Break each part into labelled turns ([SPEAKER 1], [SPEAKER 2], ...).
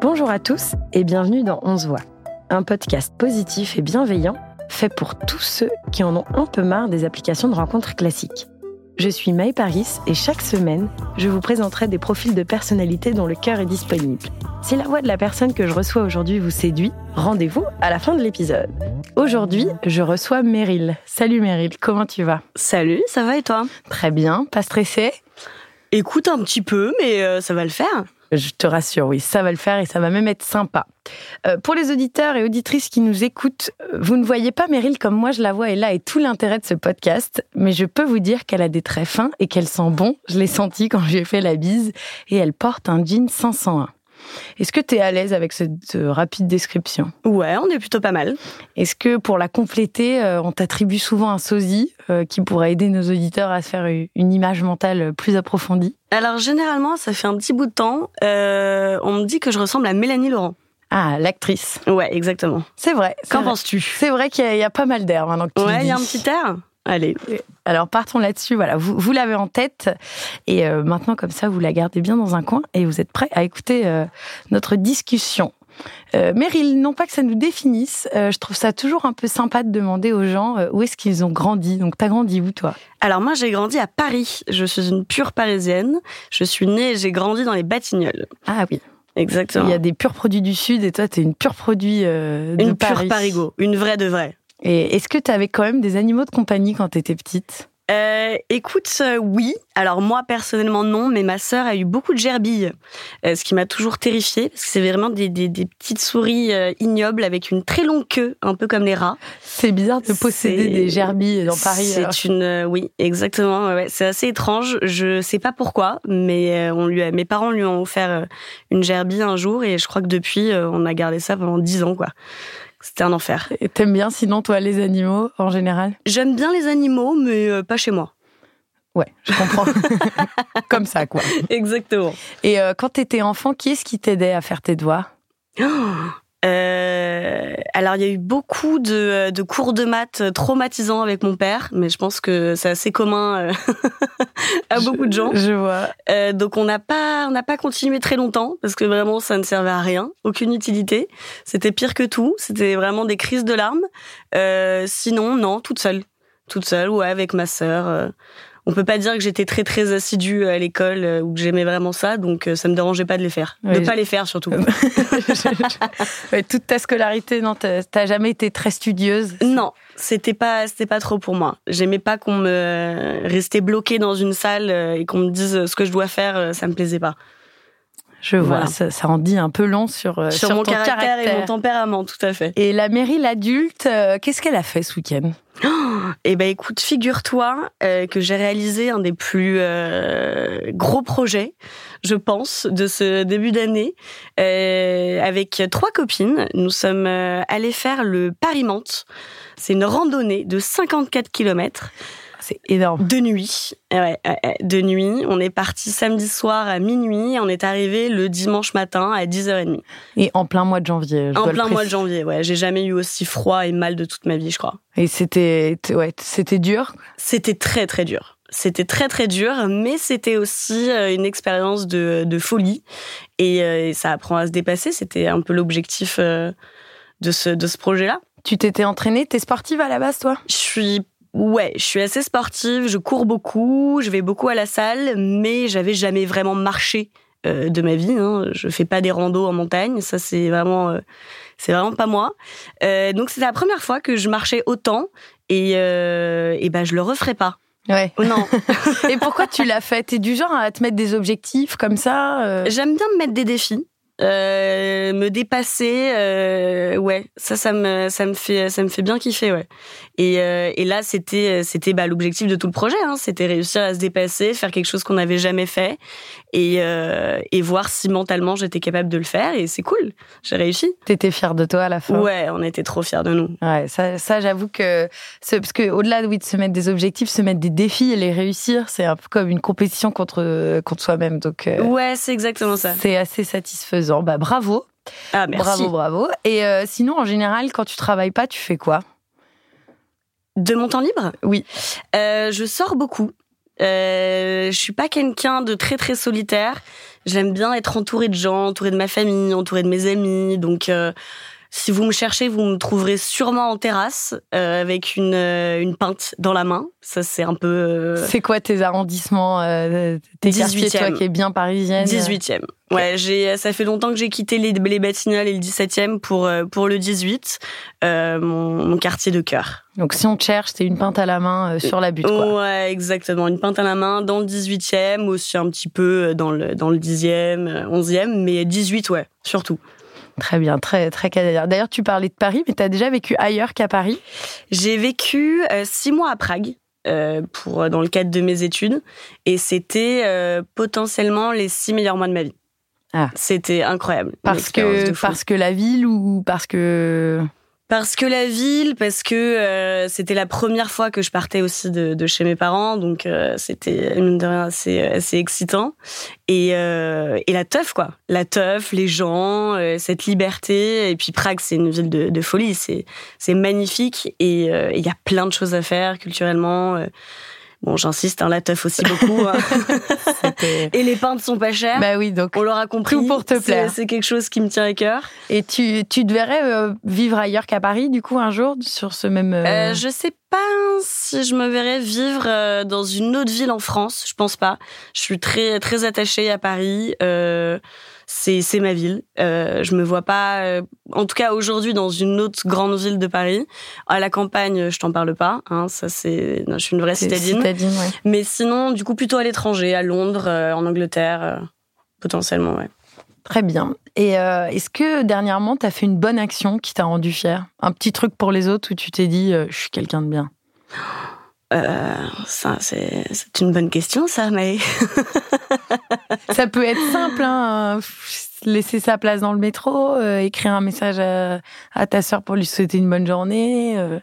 [SPEAKER 1] Bonjour à tous et bienvenue dans On se voit, un podcast positif et bienveillant fait pour tous ceux qui en ont un peu marre des applications de rencontres classiques. Je suis Maë Paris et chaque semaine, je vous présenterai des profils de personnalités dont le cœur est disponible. Si la voix de la personne que je reçois aujourd'hui vous séduit, rendez-vous à la fin de l'épisode. Aujourd'hui, je reçois Meryl. Salut Meryl, comment tu vas
[SPEAKER 2] Salut, ça va et toi
[SPEAKER 1] Très bien, pas stressée
[SPEAKER 2] Écoute un petit peu, mais euh, ça va le faire.
[SPEAKER 1] Je te rassure, oui, ça va le faire et ça va même être sympa. Euh, pour les auditeurs et auditrices qui nous écoutent, euh, vous ne voyez pas Meryl comme moi je la vois et là est tout l'intérêt de ce podcast, mais je peux vous dire qu'elle a des traits fins et qu'elle sent bon. Je l'ai senti quand j'ai fait la bise et elle porte un jean 501. Est-ce que tu es à l'aise avec cette euh, rapide description
[SPEAKER 2] Ouais, on est plutôt pas mal.
[SPEAKER 1] Est-ce que pour la compléter, euh, on t'attribue souvent un sosie euh, qui pourrait aider nos auditeurs à se faire u- une image mentale plus approfondie
[SPEAKER 2] Alors généralement, ça fait un petit bout de temps, euh, on me dit que je ressemble à Mélanie Laurent.
[SPEAKER 1] Ah, l'actrice.
[SPEAKER 2] Ouais, exactement.
[SPEAKER 1] C'est vrai. c'est
[SPEAKER 2] Qu'en
[SPEAKER 1] vrai.
[SPEAKER 2] penses-tu
[SPEAKER 1] C'est vrai qu'il y, a- il y a pas mal d'air maintenant que tu le
[SPEAKER 2] Ouais, il y a un
[SPEAKER 1] dis.
[SPEAKER 2] petit air Allez.
[SPEAKER 1] Alors partons là-dessus, voilà, vous, vous l'avez en tête et euh, maintenant comme ça vous la gardez bien dans un coin et vous êtes prêts à écouter euh, notre discussion. Euh, Meryl, non pas que ça nous définisse, euh, je trouve ça toujours un peu sympa de demander aux gens euh, où est-ce qu'ils ont grandi. Donc t'as grandi où toi
[SPEAKER 2] Alors moi, j'ai grandi à Paris. Je suis une pure parisienne. Je suis née et j'ai grandi dans les Batignolles.
[SPEAKER 1] Ah oui, il
[SPEAKER 2] Exactement.
[SPEAKER 1] y a des purs produits du sud et toi t'es une pure produit euh, de
[SPEAKER 2] une
[SPEAKER 1] Paris.
[SPEAKER 2] pure parigo, une vraie de vraie.
[SPEAKER 1] Et est-ce que t'avais quand même des animaux de compagnie quand t'étais petite
[SPEAKER 2] Euh, écoute, euh, oui. Alors moi personnellement non, mais ma sœur a eu beaucoup de gerbilles, euh, ce qui m'a toujours terrifiée parce que c'est vraiment des, des- des petites souris euh, ignobles avec une très longue queue, un peu comme les rats.
[SPEAKER 1] C'est bizarre de posséder
[SPEAKER 2] C'est-
[SPEAKER 1] des gerbilles dans Paris. alors.
[SPEAKER 2] C'est une, euh, oui, exactement. ouais, ouais. c'est assez étrange. Je sais pas pourquoi, mais euh, on lui, a- mes parents lui ont offert euh, une gerbille un jour et je crois que depuis, euh, on a gardé ça pendant dix ans, quoi. C'était un enfer.
[SPEAKER 1] Et T'aimes bien sinon toi les animaux en général
[SPEAKER 2] J'aime bien les animaux, mais euh, pas chez moi.
[SPEAKER 1] Ouais, je comprends. Comme ça, quoi.
[SPEAKER 2] Exactement.
[SPEAKER 1] Et euh, quand t'étais enfant, qui est-ce qui t'aidait à faire tes devoirs
[SPEAKER 2] Euh, alors, il y a eu beaucoup de, de cours de maths euh, traumatisants avec mon père, mais je pense que c'est assez commun euh, à beaucoup de gens.
[SPEAKER 1] Je vois.
[SPEAKER 2] Euh, donc, on n'a pas, on n'a pas continué très longtemps parce que vraiment, ça ne servait à rien, aucune utilité. C'était pire que tout. C'était vraiment des crises de larmes. Euh, sinon, non, toute seule, toute seule, ouais, avec ma sœur. euh. on peut pas dire que j'étais très très assidue à l'école euh, ou que j'aimais vraiment ça, donc euh, ça me dérangeait pas de les faire,
[SPEAKER 1] Ouais,
[SPEAKER 2] de
[SPEAKER 1] je-
[SPEAKER 2] pas les faire surtout.
[SPEAKER 1] Ouais, toute ta scolarité, non, t'as t'as jamais été très studieuse.
[SPEAKER 2] Non, c'était pas c'était pas trop pour moi. J'aimais pas qu'on me restait bloqué dans une salle euh, et qu'on me dise ce que je dois faire, euh, ça me plaisait pas.
[SPEAKER 1] Je vois,
[SPEAKER 2] Voilà.
[SPEAKER 1] ça, ça en dit un peu long sur, euh,
[SPEAKER 2] Sur, mon
[SPEAKER 1] ton
[SPEAKER 2] caractère,
[SPEAKER 1] caractère,
[SPEAKER 2] et mon tempérament, tout à fait.
[SPEAKER 1] Et la mairie, l'adulte, euh, qu'est-ce qu'elle a fait ce week-end
[SPEAKER 2] Eh ben écoute, figure-toi euh, que j'ai réalisé un des plus euh, gros projets, je pense, de ce début d'année euh, avec trois copines. Nous sommes euh, allées faire le Paris-Mantes. C'est une randonnée de 54 kilomètres.
[SPEAKER 1] C'est énorme.
[SPEAKER 2] De nuit, Eh ouais, ouais, ouais, de nuit. On est parti samedi soir à minuit, et on est arrivé le dimanche matin à 10h30.
[SPEAKER 1] Et en plein mois de janvier. je
[SPEAKER 2] en
[SPEAKER 1] dois le
[SPEAKER 2] plein mois de
[SPEAKER 1] préciser.
[SPEAKER 2] janvier, ouais. J'ai jamais eu aussi froid et mal de toute ma vie, je crois.
[SPEAKER 1] Et c'était t- ouais, c'était dur.
[SPEAKER 2] C'était très très dur. C'était très très dur, mais c'était aussi euh, une expérience de, de folie. Et euh, ça apprend à se dépasser. C'était un peu l'objectif euh, de ce, de ce projet-là.
[SPEAKER 1] Tu t'étais entraînée, t'es sportive à la base, toi
[SPEAKER 2] Je suis ouais, je suis assez sportive, je cours beaucoup, je vais beaucoup à la salle, mais j'avais jamais vraiment marché euh, de ma vie. Hein. Je fais pas des randos en montagne, ça c'est vraiment euh, c'est vraiment pas moi. Euh, donc c'était la première fois que je marchais autant et euh, et ben je le referai pas.
[SPEAKER 1] Ouais.
[SPEAKER 2] Non,
[SPEAKER 1] Et pourquoi tu l'as fait T'es du genre à te mettre des objectifs comme ça euh,
[SPEAKER 2] j'aime bien me mettre des défis. euh, me dépasser euh, ouais ça ça me ça me fait ça me fait bien kiffer ouais et, euh, et là c'était c'était bah, l'objectif de tout le projet hein, c'était réussir à se dépasser faire quelque chose qu'on n'avait jamais fait et euh, et voir si mentalement j'étais capable de le faire et c'est cool j'ai réussi
[SPEAKER 1] T'étais fière de toi à la fin.
[SPEAKER 2] ouais on était trop fiers de nous
[SPEAKER 1] Ouais, ça, ça j'avoue que c'est- parce que au-delà oui, de se mettre des objectifs, se mettre des défis et les réussir, c'est un peu comme une compétition contre contre soi-même. Donc euh,
[SPEAKER 2] ouais c'est exactement ça
[SPEAKER 1] c'est assez satisfaisant. Bah bravo,
[SPEAKER 2] ah merci
[SPEAKER 1] bravo, bravo. Et euh, sinon en général, quand tu travailles pas, tu fais quoi
[SPEAKER 2] De mon temps libre
[SPEAKER 1] Oui.
[SPEAKER 2] Euh, je sors beaucoup. Euh, je suis pas quelqu'un de très très solitaire. J'aime bien être entourée de gens, entourée de ma famille, entourée de mes amis. Donc euh, si vous me cherchez, vous me trouverez sûrement en terrasse euh, avec une, euh, une pinte dans la main. Ça, c'est un peu euh,
[SPEAKER 1] C'est quoi tes arrondissements euh, Tes quartiers,
[SPEAKER 2] 18e.
[SPEAKER 1] toi qui es bien parisienne
[SPEAKER 2] 18e. Ouais, j'ai ça fait longtemps que j'ai quitté les, les Batignolles et le 17e pour euh, pour le 18, euh, mon, mon quartier de cœur.
[SPEAKER 1] Donc si on te cherche, t'es une pinte à la main euh, sur la butte. Quoi.
[SPEAKER 2] Ouais, exactement, une pinte à la main dans le 18e, aussi un petit peu euh, dans le dans le 10e, euh, 11e, mais 18 ouais, surtout.
[SPEAKER 1] Très bien, très très canadien. D'ailleurs, tu parlais de Paris, mais t'as déjà vécu ailleurs qu'à Paris.
[SPEAKER 2] J'ai vécu euh, six mois à Prague euh, pour dans le cadre de mes études et c'était euh, potentiellement les six meilleurs mois de ma vie.
[SPEAKER 1] Ah.
[SPEAKER 2] C'était incroyable. Une
[SPEAKER 1] Parce
[SPEAKER 2] expérience
[SPEAKER 1] que
[SPEAKER 2] de fou.
[SPEAKER 1] parce que la ville ou parce que
[SPEAKER 2] Parce que la ville, parce que euh, c'était la première fois que je partais aussi de, de chez mes parents, donc euh, c'était mine de rien assez, assez excitant. Et, euh, et la teuf, quoi. La teuf, les gens, euh, cette liberté. Et puis Prague, c'est une ville de, de folie, c'est c'est magnifique et euh, il y a plein de choses à faire culturellement. euh. Bon, j'insiste, hein, la teuf aussi beaucoup. hein.
[SPEAKER 1] c'était-
[SPEAKER 2] Et les pintes sont pas chères.
[SPEAKER 1] bah oui, donc
[SPEAKER 2] on l'aura compris.
[SPEAKER 1] pour te
[SPEAKER 2] C'est-
[SPEAKER 1] plaire.
[SPEAKER 2] C'est quelque chose qui me tient à cœur.
[SPEAKER 1] et tu tu devrais euh, vivre ailleurs qu'à Paris du coup un jour sur ce même euh,
[SPEAKER 2] Euh, je sais pas si je me verrais vivre euh, dans une autre ville en France. Je pense pas. Je suis très très attachée à Paris. Euh, c'est c'est ma ville. Euh, je me vois pas, euh, en tout cas aujourd'hui, dans une autre grande ville de Paris. À la campagne, je t'en parle pas. Hein, ça c'est, non, je suis une vraie citadine.
[SPEAKER 1] citadine, ouais.
[SPEAKER 2] Mais sinon, du coup, plutôt à l'étranger, à Londres, euh, en Angleterre, euh, potentiellement, ouais.
[SPEAKER 1] Très bien. Et euh, est-ce que dernièrement, tu as fait une bonne action qui t'a rendu fier Un petit truc pour les autres où tu t'es dit, euh, je suis quelqu'un de bien.
[SPEAKER 2] Euh, ça c'est c'est une bonne question, ça, mais.
[SPEAKER 1] Ça peut être simple, hein, euh, pff, laisser sa place dans le métro, euh, écrire un message à, à ta sœur pour lui souhaiter une bonne journée. euh.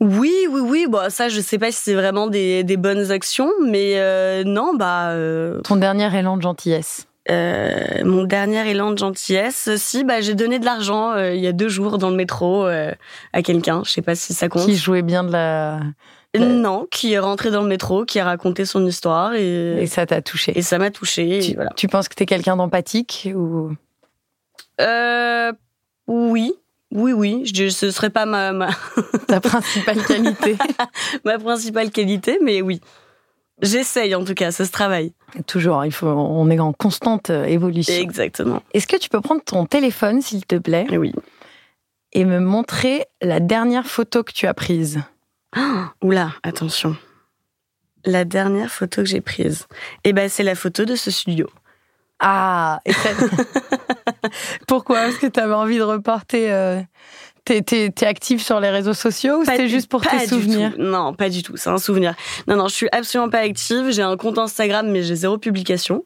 [SPEAKER 2] Oui, oui, oui. Bon, ça, je sais pas si c'est vraiment des, des bonnes actions, mais euh, non, bah, euh,
[SPEAKER 1] Ton dernier élan de gentillesse.
[SPEAKER 2] euh, mon dernier élan de gentillesse, si, bah, j'ai donné de l'argent euh, il y a deux jours dans le métro euh, à quelqu'un. Je sais pas si ça compte.
[SPEAKER 1] Qui jouait bien de la.
[SPEAKER 2] Non, qui est rentré dans le métro, qui a raconté son histoire
[SPEAKER 1] Et
[SPEAKER 2] et,
[SPEAKER 1] ça t'a touché.
[SPEAKER 2] et ça m'a touché.
[SPEAKER 1] tu,
[SPEAKER 2] voilà.
[SPEAKER 1] tu penses que t'es quelqu'un d'empathique ou
[SPEAKER 2] Euh, oui. Oui, oui, je, ce serait pas ma, ma,
[SPEAKER 1] ta principale qualité
[SPEAKER 2] ma principale qualité, mais oui. J'essaye en tout cas, ça se travaille.
[SPEAKER 1] Toujours, il faut, on est en constante euh, évolution.
[SPEAKER 2] Exactement.
[SPEAKER 1] Est-ce que tu peux prendre ton téléphone, s'il te plaît,
[SPEAKER 2] Oui.
[SPEAKER 1] et me montrer la dernière photo que tu as prise
[SPEAKER 2] Oula, attention. La dernière photo que j'ai prise, eh ben, c'est la photo de ce studio.
[SPEAKER 1] Ah et ça- Pourquoi Parce que tu avais envie de reporter. euh, T'es, t'es- t'es active sur les réseaux sociaux ou
[SPEAKER 2] Pas
[SPEAKER 1] c'était
[SPEAKER 2] du-
[SPEAKER 1] juste pour
[SPEAKER 2] pas
[SPEAKER 1] tes
[SPEAKER 2] du
[SPEAKER 1] souvenirs
[SPEAKER 2] tout. Non, pas du tout. C'est un souvenir. Non, non, je suis absolument pas active. J'ai un compte Instagram, mais j'ai zéro publication.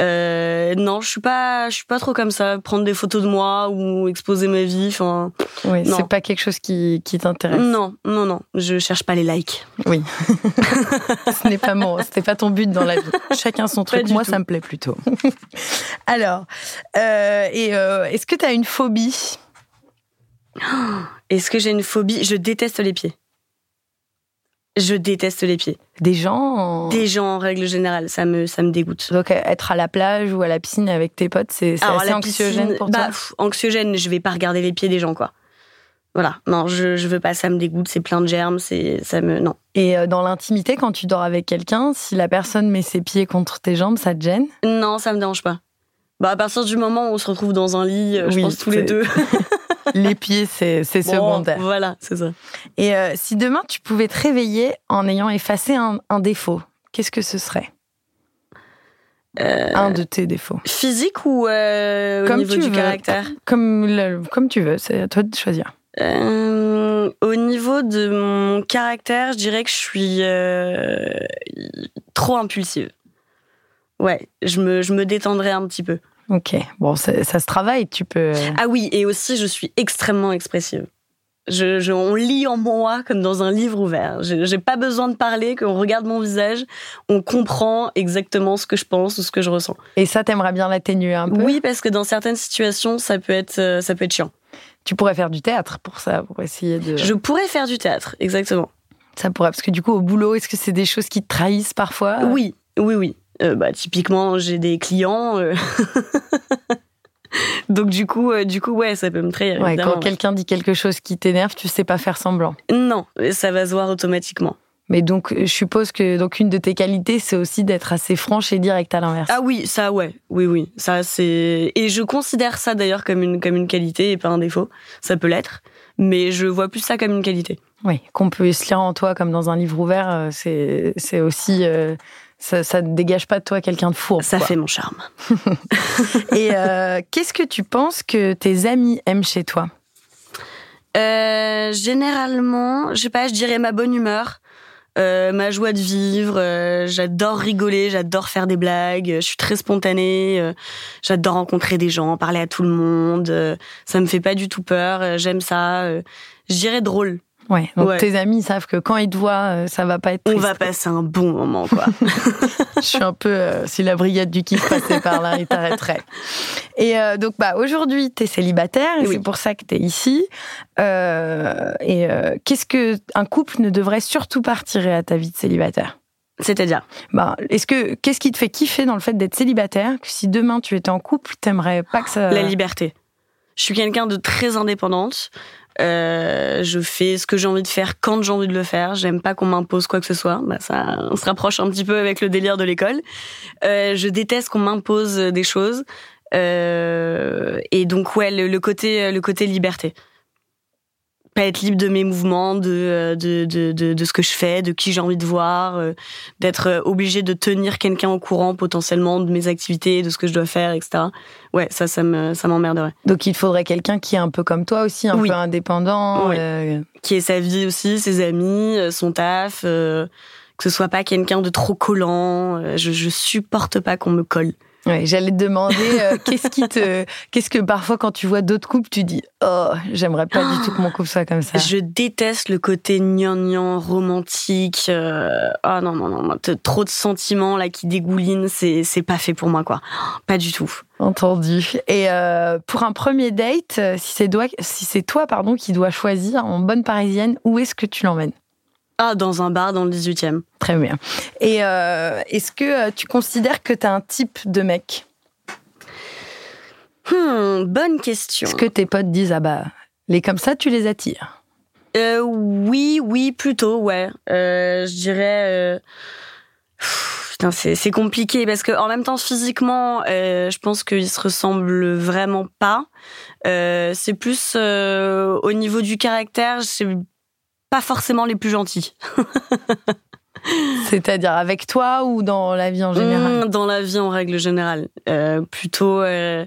[SPEAKER 2] Euh, non, je suis pas, je suis pas trop comme ça. Prendre des photos de moi ou exposer ma vie. Enfin,
[SPEAKER 1] Oui,
[SPEAKER 2] Non.
[SPEAKER 1] c'est pas quelque chose qui, qui t'intéresse.
[SPEAKER 2] non, non, non. Je cherche pas les likes.
[SPEAKER 1] Ce n'est pas mon, c'était pas ton but dans la vie. Chacun son truc.
[SPEAKER 2] du
[SPEAKER 1] Moi,
[SPEAKER 2] tout.
[SPEAKER 1] ça me plaît plutôt. Alors, euh, et euh, est-ce que tu as une phobie
[SPEAKER 2] Est-ce que j'ai une phobie Je déteste les pieds. Je déteste les pieds.
[SPEAKER 1] des gens en-
[SPEAKER 2] Des gens en règle générale, ça me, ça me dégoûte.
[SPEAKER 1] Donc, euh, être à la plage ou à la piscine avec tes potes, c'est, c'est
[SPEAKER 2] Alors,
[SPEAKER 1] assez
[SPEAKER 2] la
[SPEAKER 1] anxiogène
[SPEAKER 2] piscine,
[SPEAKER 1] pour
[SPEAKER 2] bah,
[SPEAKER 1] toi.
[SPEAKER 2] pff, Anxiogène, je vais pas regarder les pieds des gens, quoi. Voilà, non, je, je veux pas, ça me dégoûte, c'est plein de germes, c'est ça me. Non.
[SPEAKER 1] Et euh, dans l'intimité, quand tu dors avec quelqu'un, si la personne met ses pieds contre tes jambes, ça te gêne
[SPEAKER 2] Non, ça me dérange pas. Bah, à partir du moment où on se retrouve dans un lit, euh, je
[SPEAKER 1] Oui,
[SPEAKER 2] pense tous les
[SPEAKER 1] c'est-
[SPEAKER 2] deux.
[SPEAKER 1] Les pieds, c'est, c'est
[SPEAKER 2] Bon,
[SPEAKER 1] secondaire.
[SPEAKER 2] Voilà, c'est ça.
[SPEAKER 1] Et euh, si demain, tu pouvais te réveiller en ayant effacé un, un défaut, qu'est-ce que ce serait
[SPEAKER 2] Euh,
[SPEAKER 1] Un de tes défauts.
[SPEAKER 2] Physique ou euh, au
[SPEAKER 1] Comme
[SPEAKER 2] niveau
[SPEAKER 1] tu
[SPEAKER 2] du
[SPEAKER 1] veux.
[SPEAKER 2] caractère
[SPEAKER 1] Comme, le- comme tu veux, c'est à toi de choisir.
[SPEAKER 2] Euh, Au niveau de mon caractère, je dirais que je suis euh, trop impulsive. Ouais, je me, je me détendrai un petit peu.
[SPEAKER 1] Ok, bon, ça, ça se travaille, tu peux...
[SPEAKER 2] Ah oui, et aussi je suis extrêmement expressive. Je, je- on lit en moi comme dans un livre ouvert. Je- J'ai pas besoin de parler, qu'on regarde mon visage, on comprend exactement ce que je pense ou ce que je ressens.
[SPEAKER 1] Et ça, t'aimerais bien l'atténuer un peu
[SPEAKER 2] Oui, parce que dans certaines situations, ça peut être, euh, ça peut être chiant.
[SPEAKER 1] Tu pourrais faire du théâtre pour ça, pour essayer de...
[SPEAKER 2] Je pourrais faire du théâtre, exactement.
[SPEAKER 1] Ça pourrait, parce que du coup, au boulot, est-ce que c'est des choses qui te trahissent parfois
[SPEAKER 2] Oui, oui, oui. Euh, bah, typiquement, j'ai des clients. euh, Donc du coup, euh, du coup, ouais, ça peut me trahir.
[SPEAKER 1] Ouais,
[SPEAKER 2] évidemment.
[SPEAKER 1] quand quelqu'un dit quelque chose qui t'énerve, tu sais pas faire semblant.
[SPEAKER 2] Non, ça va se voir automatiquement.
[SPEAKER 1] Mais donc, euh, je suppose que donc une de tes qualités, c'est aussi d'être assez franche et directe à l'inverse.
[SPEAKER 2] Ah oui, ça, ouais, oui, oui, ça c'est. Et je considère ça d'ailleurs comme une comme une qualité et pas un défaut. Ça peut l'être, mais je vois plus ça comme une qualité.
[SPEAKER 1] Oui, qu'on peut se lire en toi comme dans un livre ouvert, euh, c'est c'est aussi. euh, ça, ça ne dégage pas de toi quelqu'un de fourbe.
[SPEAKER 2] Ça
[SPEAKER 1] quoi.
[SPEAKER 2] fait mon charme.
[SPEAKER 1] Et euh, qu'est-ce que tu penses que tes amis aiment chez toi
[SPEAKER 2] Euh, généralement, je sais pas, je dirais ma bonne humeur, euh, ma joie de vivre. euh, j'adore rigoler, j'adore faire des blagues. euh, Je suis très spontanée. euh, j'adore rencontrer des gens, parler à tout le monde. euh, ça me fait pas du tout peur. euh, j'aime ça. euh, je dirais drôle.
[SPEAKER 1] Ouais. Donc
[SPEAKER 2] Ouais.
[SPEAKER 1] tes amis savent que quand ils te voient, euh, ça va pas être.
[SPEAKER 2] On
[SPEAKER 1] triste.
[SPEAKER 2] va passer un bon moment, quoi.
[SPEAKER 1] Je suis un peu. euh, si la brigade du kiff passait par là, ils t'arrêteraient. Et euh, donc, bah, aujourd'hui, t'es célibataire, et
[SPEAKER 2] Oui.
[SPEAKER 1] c'est pour ça que t'es ici. Euh, et euh, qu'est-ce que un couple ne devrait surtout pas retirer à ta vie de célibataire
[SPEAKER 2] C'est-à-dire,
[SPEAKER 1] bah, est-ce que qu'est-ce qui te fait kiffer dans le fait d'être célibataire Que si demain tu étais en couple, t'aimerais pas que ça.
[SPEAKER 2] la liberté. Je suis quelqu'un de très indépendante. Euh, je fais ce que j'ai envie de faire quand j'ai envie de le faire. J'aime pas qu'on m'impose quoi que ce soit. Bah, ça, on se rapproche un petit peu avec le délire de l'école. Euh, je déteste qu'on m'impose des choses. Euh, et donc ouais, le, le côté, le côté liberté. Pas être libre de mes mouvements, de euh, de, de, de, de ce que je fais, de qui j'ai envie de voir, euh, d'être obligé de tenir quelqu'un au courant potentiellement de mes activités, de ce que je dois faire, etc. Ouais, ça, ça me, ça m'emmerderait.
[SPEAKER 1] Donc il te faudrait quelqu'un qui est un peu comme toi aussi, un
[SPEAKER 2] Oui.
[SPEAKER 1] peu indépendant.
[SPEAKER 2] Oui.
[SPEAKER 1] euh,
[SPEAKER 2] Qui est sa vie aussi, ses amis, euh, son taf, euh, que ce soit pas quelqu'un de trop collant. euh, Je, je supporte pas qu'on me colle.
[SPEAKER 1] Ouais, j'allais te demander euh, qu'est-ce qui te, qu'est-ce que parfois quand tu vois d'autres couples, tu dis oh j'aimerais pas du tout que mon couple soit comme ça.
[SPEAKER 2] Je déteste le côté gnangnan, romantique. euh, Ah non, non, non, moi, t- trop de sentiments là qui dégoulinent, c'est c'est pas fait pour moi, quoi. Pas du tout.
[SPEAKER 1] Entendu. Et euh, pour un premier date, euh, si c'est toi, si c'est toi pardon qui dois choisir en bonne parisienne, où est-ce que tu l'emmènes
[SPEAKER 2] Ah, dans un bar dans le 18 e
[SPEAKER 1] Très bien. Et euh, est-ce que euh, tu considères que tu as un type de mec
[SPEAKER 2] Hmm, bonne question.
[SPEAKER 1] Est-ce que tes potes disent ah bah les comme ça tu les attires
[SPEAKER 2] Euh, oui, oui, plutôt, ouais. Euh, je dirais. euh, pff, Putain, c'est c'est compliqué parce que en même temps physiquement, euh, je pense qu'ils se ressemblent vraiment pas. Euh, c'est plus euh, au niveau du caractère, c'est pas forcément les plus gentils.
[SPEAKER 1] C'est-à-dire avec toi ou dans la vie en général
[SPEAKER 2] Mmh, dans la vie en règle générale, Euh, plutôt. euh,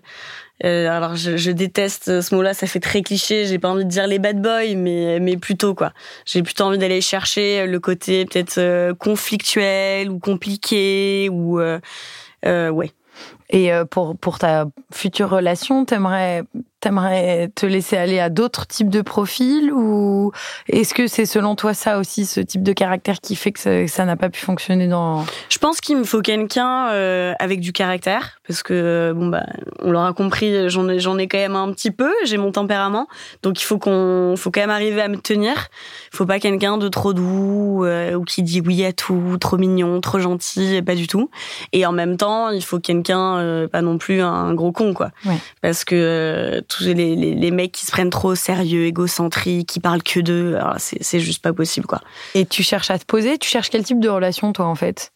[SPEAKER 2] euh, alors je, je déteste ce mot-là, ça fait très cliché. J'ai pas envie de dire les bad boys, mais mais plutôt quoi. J'ai plutôt envie d'aller chercher le côté peut-être euh, conflictuel ou compliqué ou euh, euh, ouais.
[SPEAKER 1] Et euh, pour, pour ta future relation, t'aimerais, t'aimerais te laisser aller à d'autres types de profils ou est-ce que c'est selon toi ça aussi, ce type de caractère qui fait que ça, ça n'a pas pu fonctionner dans...
[SPEAKER 2] Je pense qu'il me faut quelqu'un euh, avec du caractère parce que euh, bon bah on l'aura compris, j'en ai j'en ai quand même un petit peu, j'ai mon tempérament, donc il faut qu'on faut quand même arriver à me tenir. Il faut pas quelqu'un de trop doux euh, ou qui dit oui à tout, trop mignon, trop gentil, pas du tout. Et en même temps, il faut quelqu'un euh, pas non plus un gros con quoi,
[SPEAKER 1] Ouais.
[SPEAKER 2] parce que euh, tous les, les les mecs qui se prennent trop au sérieux, égocentriques, qui parlent que d'eux, alors c'est c'est juste pas possible quoi.
[SPEAKER 1] Et tu cherches à te poser, tu cherches quel type de relation toi en fait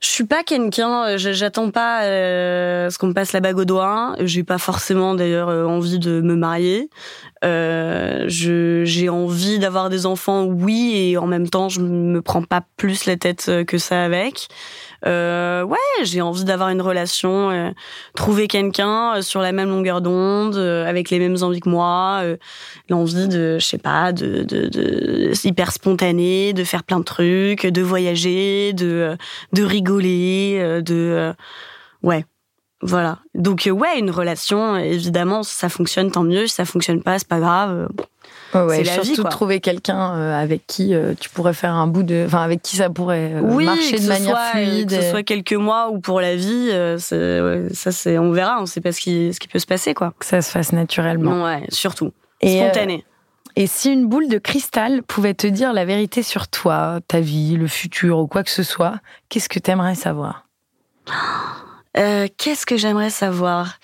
[SPEAKER 2] Je suis pas quelqu'un, euh, je- j'attends pas euh, ce qu'on me passe la bague au doigt. J'ai pas forcément d'ailleurs euh, envie de me marier. Euh, je- j'ai envie d'avoir des enfants, oui, et en même temps, je me prends pas plus la tête euh, que ça avec. Euh, ouais, j'ai envie d'avoir une relation, euh, trouver quelqu'un euh, sur la même longueur d'onde, euh, avec les mêmes envies que moi, euh, l'envie de, je sais pas, de, de, de c'est hyper spontané, de faire plein de trucs, de voyager, de euh, de rigoler, euh, de euh, ouais, voilà. Donc euh, ouais, une relation, évidemment, si ça fonctionne tant mieux, si ça fonctionne pas, c'est pas grave. Euh, ouais, la vie,
[SPEAKER 1] surtout
[SPEAKER 2] quoi.
[SPEAKER 1] trouver quelqu'un euh, avec qui euh, tu pourrais faire un bout de... Enfin, avec qui ça pourrait euh,
[SPEAKER 2] oui,
[SPEAKER 1] marcher
[SPEAKER 2] que
[SPEAKER 1] de
[SPEAKER 2] ce
[SPEAKER 1] manière
[SPEAKER 2] soit, euh,
[SPEAKER 1] fluide.
[SPEAKER 2] que
[SPEAKER 1] et-
[SPEAKER 2] ce soit quelques mois ou pour la vie, euh, c'est- ouais, ça c'est, on verra, on sait pas ce qui ce qui peut se passer quoi.
[SPEAKER 1] que ça se fasse naturellement.
[SPEAKER 2] ouais, surtout
[SPEAKER 1] Et, euh,
[SPEAKER 2] spontané.
[SPEAKER 1] Et si une boule de cristal pouvait te dire la vérité sur toi, ta vie, le futur ou quoi que ce soit, qu'est-ce que t'aimerais savoir
[SPEAKER 2] Euh, Qu'est-ce que j'aimerais savoir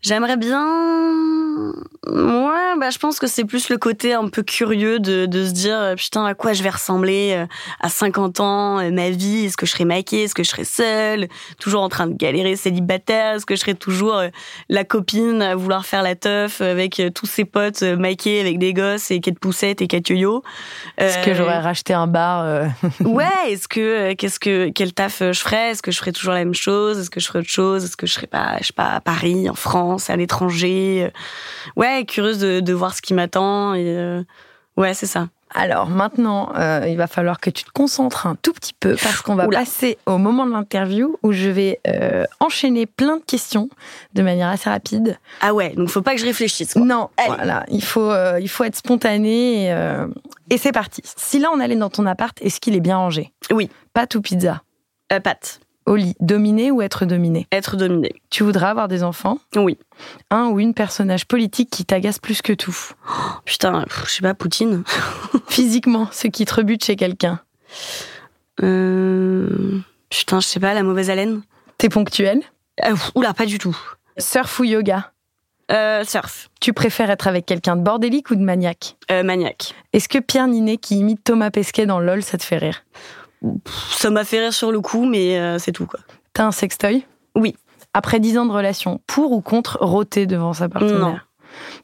[SPEAKER 2] J'aimerais bien. Moi, bah, je pense que c'est plus le côté un peu curieux de, de se dire euh, putain, à quoi je vais ressembler euh, à 50 ans, euh, ma vie, est-ce que je serai maquée, est-ce que je serai seule, toujours en train de galérer célibataire, est-ce que je serai toujours euh, la copine à vouloir faire la teuf avec euh, tous ses potes euh, maqués avec des gosses et quête poussette et quête yo-yo.
[SPEAKER 1] Est-ce
[SPEAKER 2] Euh.
[SPEAKER 1] que j'aurais racheté un bar euh,
[SPEAKER 2] Ouais, est-ce que euh, qu'est-ce que quel taf euh, je ferais Est-ce que je ferais toujours la même chose Est-ce que je ferais autre chose Est-ce que je serais pas je sais pas à Paris, en France, à l'étranger euh, Ouais, curieuse de, de voir ce qui m'attend et euh, ouais, c'est ça.
[SPEAKER 1] Alors maintenant, euh, il va falloir que tu te concentres un tout petit peu parce qu'on va
[SPEAKER 2] Oula.
[SPEAKER 1] passer au moment de l'interview où je vais euh, enchaîner plein de questions de manière assez rapide.
[SPEAKER 2] Ah ouais, donc faut pas que je réfléchisse quoi.
[SPEAKER 1] Non,
[SPEAKER 2] Allez.
[SPEAKER 1] voilà, il faut, euh, il faut être spontané et, euh, et c'est parti. Si là on allait dans ton appart, est-ce qu'il est bien rangé
[SPEAKER 2] Oui.
[SPEAKER 1] Pâte ou pizza
[SPEAKER 2] Euh, Pat,
[SPEAKER 1] Au lit, dominé ou être dominé
[SPEAKER 2] être dominé.
[SPEAKER 1] Tu voudras avoir des enfants
[SPEAKER 2] Oui.
[SPEAKER 1] Un ou une personnage politique qui t'agace plus que tout
[SPEAKER 2] Putain, pff, je sais pas Poutine.
[SPEAKER 1] Physiquement, ce qui te rebute chez quelqu'un
[SPEAKER 2] Euh, putain, je sais pas la mauvaise haleine.
[SPEAKER 1] T'es ponctuel
[SPEAKER 2] Euh, pff, oula, pas du tout.
[SPEAKER 1] Surf ou yoga
[SPEAKER 2] Euh, surf,
[SPEAKER 1] Tu préfères être avec quelqu'un de bordélique ou de maniaque
[SPEAKER 2] Euh, maniaque.
[SPEAKER 1] Est-ce que Pierre Ninet qui imite Thomas Pesquet dans LOL, ça te fait rire
[SPEAKER 2] Pff, Ça m'a fait rire sur le coup, mais euh, c'est tout quoi.
[SPEAKER 1] T'as un sextoy
[SPEAKER 2] Oui.
[SPEAKER 1] Après 10 ans de relation, pour ou contre roter devant sa partenaire
[SPEAKER 2] Non.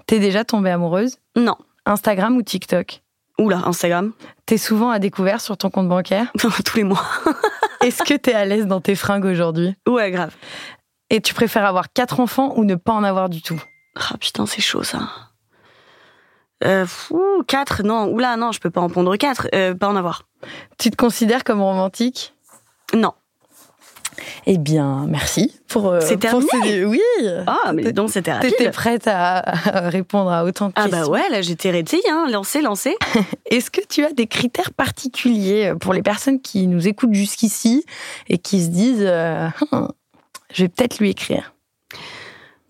[SPEAKER 1] T'es déjà tombée amoureuse
[SPEAKER 2] Non.
[SPEAKER 1] Instagram ou TikTok
[SPEAKER 2] Oula, Instagram,
[SPEAKER 1] T'es souvent à découvert sur ton compte bancaire
[SPEAKER 2] tous les mois.
[SPEAKER 1] Est-ce que t'es à l'aise dans tes fringues aujourd'hui
[SPEAKER 2] Ouais, grave.
[SPEAKER 1] Et tu préfères avoir quatre enfants ou ne pas en avoir du tout
[SPEAKER 2] Ah putain, c'est chaud ça. Euh, fou, 4, non, oula, non, je peux pas en pondre 4, pas en avoir.
[SPEAKER 1] Tu te considères comme romantique
[SPEAKER 2] Non.
[SPEAKER 1] Eh bien, merci pour. euh,
[SPEAKER 2] C'est
[SPEAKER 1] pour ces- Oui
[SPEAKER 2] Ah, mais donc c'était
[SPEAKER 1] T'étais
[SPEAKER 2] rapide.
[SPEAKER 1] prête à à répondre à autant de
[SPEAKER 2] Ah
[SPEAKER 1] questions.
[SPEAKER 2] bah ouais, là j'étais rétille, hein, lancé, lancé.
[SPEAKER 1] Est-ce que tu as des critères particuliers pour les personnes qui nous écoutent jusqu'ici et qui se disent euh, Hum, je vais peut-être lui écrire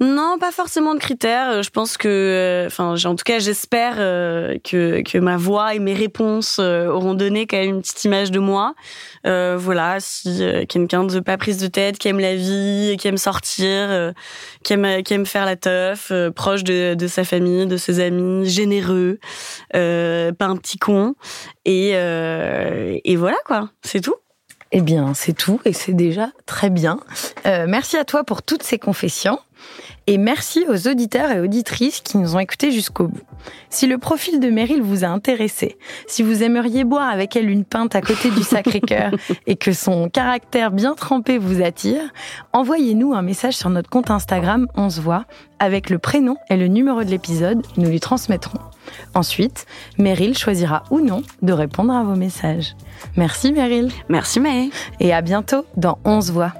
[SPEAKER 2] Non, pas forcément de critères. Je pense que, euh, enfin, j'ai- en tout cas, j'espère euh, que, que ma voix et mes réponses euh, auront donné quand même une petite image de moi. Euh, voilà, si euh, quelqu'un de pas prise de tête, qui aime la vie, qui aime sortir, euh, qui aime qui aime faire la teuf, euh, proche de, de sa famille, de ses amis, généreux, euh, pas un petit con, et euh, et voilà quoi, c'est tout.
[SPEAKER 1] Eh bien, c'est tout et c'est déjà très bien. Euh, merci à toi pour toutes ces confessions. Et merci aux auditeurs et auditrices qui nous ont écoutés jusqu'au bout. Si le profil de Meryl vous a intéressé, si vous aimeriez boire avec elle une pinte à côté du Sacré-Cœur et que son caractère bien trempé vous attire, envoyez-nous un message sur notre compte Instagram On se voit avec le prénom et le numéro de l'épisode, nous lui transmettrons. Ensuite, Meryl choisira ou non de répondre à vos messages. Merci Meryl
[SPEAKER 2] Merci Maë.
[SPEAKER 1] et à bientôt dans On se voit.